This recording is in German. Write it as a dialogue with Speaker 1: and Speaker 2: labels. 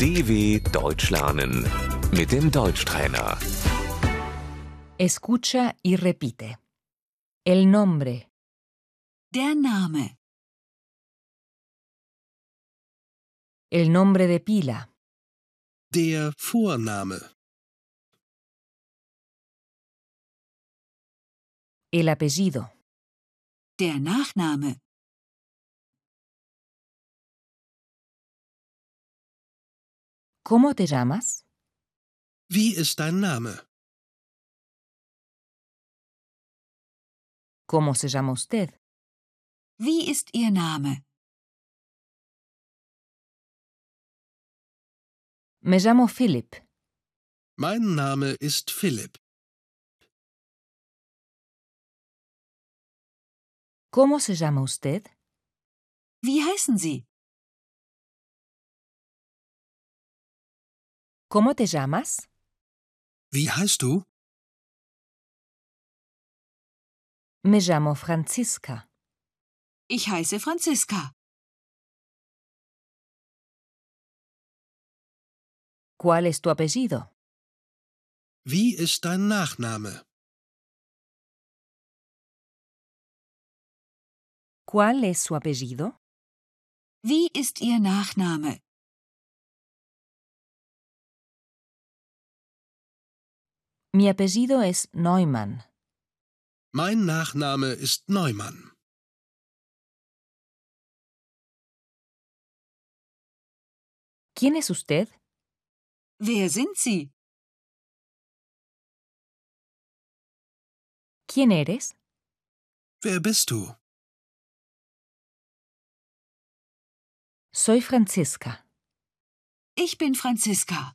Speaker 1: DW Deutsch lernen mit dem Deutschtrainer.
Speaker 2: Escucha y repite. El nombre,
Speaker 3: Der Name,
Speaker 2: el nombre de pila,
Speaker 4: Der Vorname,
Speaker 2: el apellido,
Speaker 3: der Nachname,
Speaker 2: ¿cómo te llamas?
Speaker 4: wie ist dein Name?
Speaker 2: ¿Cómo se llama usted?
Speaker 3: wie ist Ihr Name?
Speaker 2: Me llamo Philip.
Speaker 4: Mein Name ist Philipp.
Speaker 2: ¿Cómo se llama usted?
Speaker 3: Wie heißen Sie?
Speaker 2: ¿Cómo te llamas?
Speaker 4: Wie heißt du?
Speaker 2: Me llamo Francisca.
Speaker 3: Ich heiße Franziska.
Speaker 2: ¿Cuál es tu apellido?
Speaker 4: Wie ist dein Nachname?
Speaker 2: ¿Cuál es su apellido?
Speaker 3: Wie ist Ihr Nachname?
Speaker 2: Mi apellido es Neumann.
Speaker 4: Mein Nachname ist Neumann.
Speaker 2: ¿Quién es usted?
Speaker 3: Wer sind Sie?
Speaker 2: ¿Quién eres?
Speaker 4: Wer bist du?
Speaker 2: Soy Francisca.
Speaker 3: Ich bin Franziska.